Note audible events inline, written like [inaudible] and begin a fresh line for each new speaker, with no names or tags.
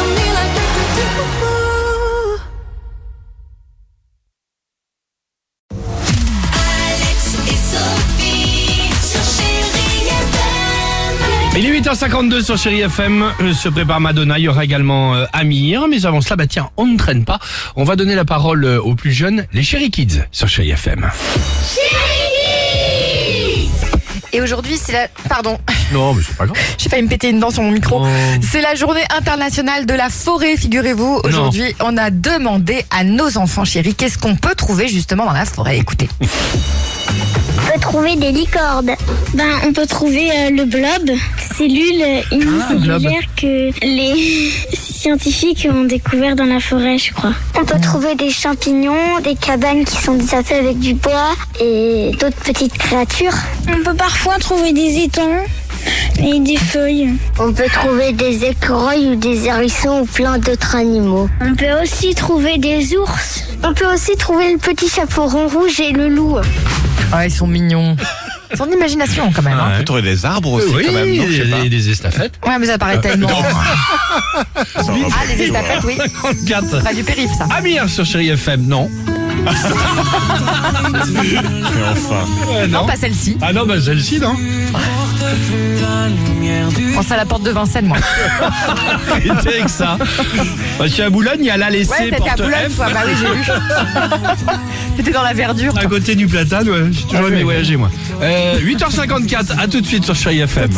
on me like do, do, do. Alex et Sophie sur Chérie FM.
Il est 8h52 sur Chéri FM, euh, se prépare Madonna, il y aura également euh, Amir, mais avant cela, bah tiens, on ne traîne pas, on va donner la parole euh, aux plus jeunes, les Chéri Kids sur Chéri FM.
Et aujourd'hui, c'est la. Pardon, [laughs]
Non, mais c'est pas grave.
j'ai failli me péter une dent sur mon micro.
Oh.
C'est la journée internationale de la forêt, figurez-vous. Aujourd'hui, on a demandé à nos enfants chéris qu'est-ce qu'on peut trouver justement dans la forêt. Écoutez.
peut trouver des licornes. Ben, on peut trouver euh, le blob, cellule euh, immense
Ah,
et
blob.
légère que les [laughs] scientifiques ont découvert dans la forêt, je crois. On
Ah.
peut trouver des champignons, des cabanes qui sont désertées avec du bois et d'autres petites créatures. On peut parfois trouver des étangs et des feuilles. On peut trouver des écureuils ou des hérissons ou plein d'autres animaux. On peut aussi trouver des ours. On peut aussi trouver le petit chaperon rouge et le loup.
[laughs] Ah, ils sont mignons. Son imagination quand même. hein.
On peut trouver des arbres aussi
oui,
quand même, non Je sais pas.
des, des estafettes.
Ouais, Euh, mais ça paraît tellement. [laughs]
Ça aurait
Ah, les
pu, ouais.
estafettes, oui.
Regarde.
Pas du périph', ça.
Amir sur Chéri FM, [laughs] non.
Mais enfin.
Ouais,
Non,
non.
pas celle-ci.
Ah non, bah celle-ci,
[laughs]
non.
Pense à la porte de Vincennes, moi.
Arrêtez avec ça. Bah, je suis à Boulogne, il y a la laissée,
Ouais, t'étais à
porte
Boulogne,
F.
toi. Bah oui, j'ai [laughs] vu. T'étais dans la verdure.
À côté du platane, ouais, j'ai toujours aimé voyager moi. Euh, 8h54, à tout de suite sur Chéri FM.